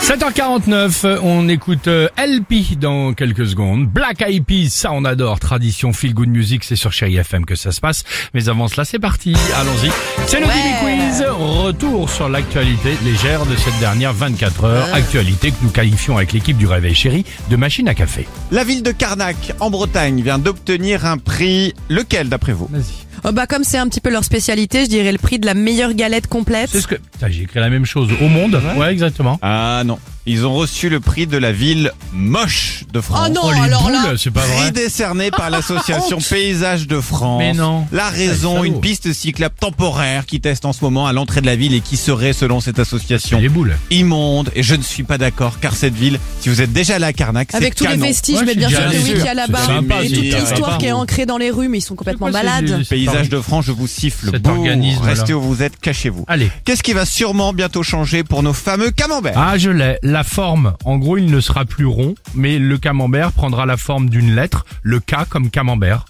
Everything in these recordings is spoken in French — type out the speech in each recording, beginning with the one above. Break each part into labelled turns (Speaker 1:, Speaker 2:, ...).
Speaker 1: 7h49, euh, on écoute euh, LP dans quelques secondes. Black Eyed Peas, ça on adore. Tradition, feel good music, c'est sur Chéri FM que ça se passe. Mais avant cela, c'est parti. Allons-y. C'est le Daily Quiz. Retour sur l'actualité légère de cette dernière 24 heures. Actualité que nous qualifions avec l'équipe du Réveil Chéri de machine à café.
Speaker 2: La ville de Carnac, en Bretagne, vient d'obtenir un prix. Lequel, d'après vous
Speaker 1: Vas-y.
Speaker 3: Oh bah comme c'est un petit peu leur spécialité, je dirais le prix de la meilleure galette complète.
Speaker 1: C'est ce que. Putain, J'ai écrit la même chose au monde. Ouais, exactement.
Speaker 2: Ah non. Ils ont reçu le prix de la ville moche de France.
Speaker 3: Oh non,
Speaker 1: Oh, les
Speaker 3: alors là.
Speaker 1: boules, c'est pas
Speaker 2: Ah Prix
Speaker 1: vrai.
Speaker 2: décerné par l'association Paysages de France.
Speaker 1: Mais non.
Speaker 2: La
Speaker 1: Ah,
Speaker 2: raison,
Speaker 1: les salauds.
Speaker 2: une piste cyclable temporaire qui teste en ce moment à l'entrée de la ville et qui serait, selon cette association,
Speaker 1: Les boules.
Speaker 2: immonde. Et je ne suis pas d'accord, car cette ville, si vous êtes déjà là à Carnac,
Speaker 3: Avec tous
Speaker 2: c'est canon.
Speaker 3: les vestiges,
Speaker 1: Ouais,
Speaker 3: mais
Speaker 1: je
Speaker 3: bien
Speaker 1: suis
Speaker 3: sûr
Speaker 1: déjà
Speaker 3: le
Speaker 1: allé.
Speaker 3: week-end
Speaker 1: C'est
Speaker 3: là-bas,
Speaker 1: sympa,
Speaker 3: et
Speaker 1: c'est
Speaker 3: toute
Speaker 1: sympa.
Speaker 3: l'histoire qui est ancrée dans les rues, mais ils sont complètement
Speaker 1: C'est quoi, c'est
Speaker 3: malades.
Speaker 1: du- c'est
Speaker 2: Paysages
Speaker 1: pas-
Speaker 2: de France, je vous siffle.
Speaker 1: Cet
Speaker 2: Bourg.
Speaker 1: organisme, Ah.
Speaker 2: Restez
Speaker 1: là.
Speaker 2: où vous êtes, cachez-vous.
Speaker 1: Allez.
Speaker 2: Qu'est-ce qui va sûrement bientôt changer pour nos fameux camemberts
Speaker 1: Ah, je l'ai. La forme. En gros, il ne sera plus rond, mais le camembert prendra la forme d'une lettre. Le K comme camembert.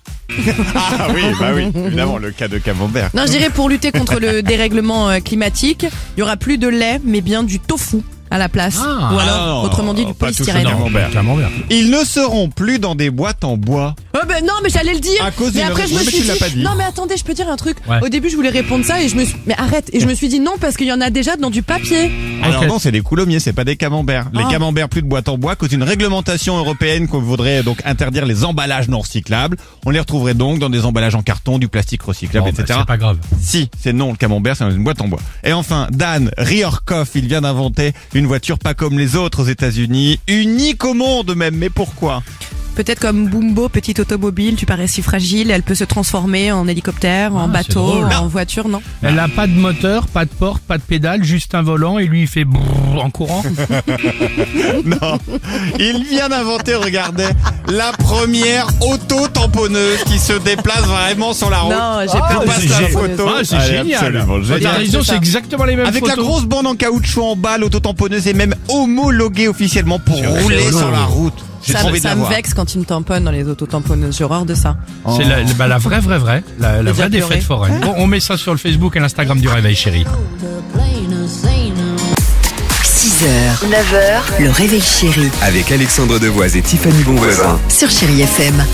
Speaker 2: Ah oui, bah oui, évidemment, le cas de camembert.
Speaker 3: Non, je dirais pour lutter contre le dérèglement euh, climatique, il y aura plus de lait, mais bien du tofu à la place.
Speaker 1: Ah.
Speaker 3: Ou
Speaker 2: Ah non,
Speaker 3: alors, autrement dit, du
Speaker 2: pas tout ça,
Speaker 3: polystyrène.
Speaker 2: non. Camembert.
Speaker 1: le camembert.
Speaker 2: Ils ne seront plus dans des boîtes en bois.
Speaker 3: Oh ben non, mais j'allais le dire.
Speaker 2: À cause
Speaker 3: mais
Speaker 2: d'une
Speaker 3: après, je
Speaker 2: raison,
Speaker 3: me
Speaker 2: mais
Speaker 3: suis
Speaker 2: tu l'as pas dit.
Speaker 3: dit. Non, mais attendez, je peux dire un truc.
Speaker 1: Ouais.
Speaker 3: Au début, je voulais répondre ça et je me suis. Mais arrête. Et je me suis dit non parce qu'il y en a déjà dans du papier.
Speaker 2: Alors
Speaker 1: Ok.
Speaker 2: non, c'est des coulommiers, c'est pas des camemberts. Les
Speaker 3: Ah.
Speaker 2: camemberts, plus de boîtes en bois, cause d'une réglementation européenne qu'on voudrait donc interdire les emballages non recyclables. On les retrouverait donc dans des emballages en carton, du plastique recyclable,
Speaker 1: Bon, bah,
Speaker 2: etc.
Speaker 1: c'est pas grave.
Speaker 2: Si, c'est non, le camembert, c'est dans une boîte en bois. Et enfin, Dan Riorkoff, il vient d'inventer une voiture pas comme les autres aux États-Unis, unique au monde même. Mais pourquoi
Speaker 3: Peut-être comme Bumbo, petite automobile, tu parais si fragile, elle peut se transformer en hélicoptère, en
Speaker 1: Ah, c'est
Speaker 3: bateau,
Speaker 1: drôle.
Speaker 3: en voiture, non
Speaker 1: Elle a pas de moteur, pas de porte, pas de pédale, juste un volant et lui il fait brrr en courant.
Speaker 2: Non, il vient d'inventer, regardez, la première auto-tamponneuse qui se déplace vraiment sur la route.
Speaker 3: Non, j'ai pas
Speaker 2: on
Speaker 3: envie
Speaker 2: passe
Speaker 3: de
Speaker 2: la
Speaker 3: ça.
Speaker 2: photo.
Speaker 1: Ah, c'est
Speaker 2: Elle est
Speaker 1: génial.
Speaker 2: absolument
Speaker 1: T'as
Speaker 2: géniale.
Speaker 1: raison, c'est exactement les mêmes
Speaker 2: Avec la
Speaker 1: photos.
Speaker 2: grosse bande en caoutchouc en bas, l'auto-tamponneuse est même homologuée officiellement pour rouler
Speaker 1: rigolo.
Speaker 2: sur la route. J'ai
Speaker 3: Ça,
Speaker 2: trop
Speaker 3: me-
Speaker 2: envie de
Speaker 3: ça
Speaker 2: la
Speaker 3: me
Speaker 2: voir.
Speaker 3: vexe quand ils me tamponnent dans les autotamponneuses, j'ai horreur de ça.
Speaker 1: C'est la, bah, la vraie, vraie, vraie. La, la
Speaker 3: Déjà
Speaker 1: vraie
Speaker 3: pleuré.
Speaker 1: défaite foraine. Bon, on met ça sur le Facebook et l'Instagram du Réveil Chéri.
Speaker 4: 6h, 9h, le réveil chéri
Speaker 5: Avec Alexandre Devoise et Tiffany Bonvoisin.
Speaker 4: sur Chérie FM.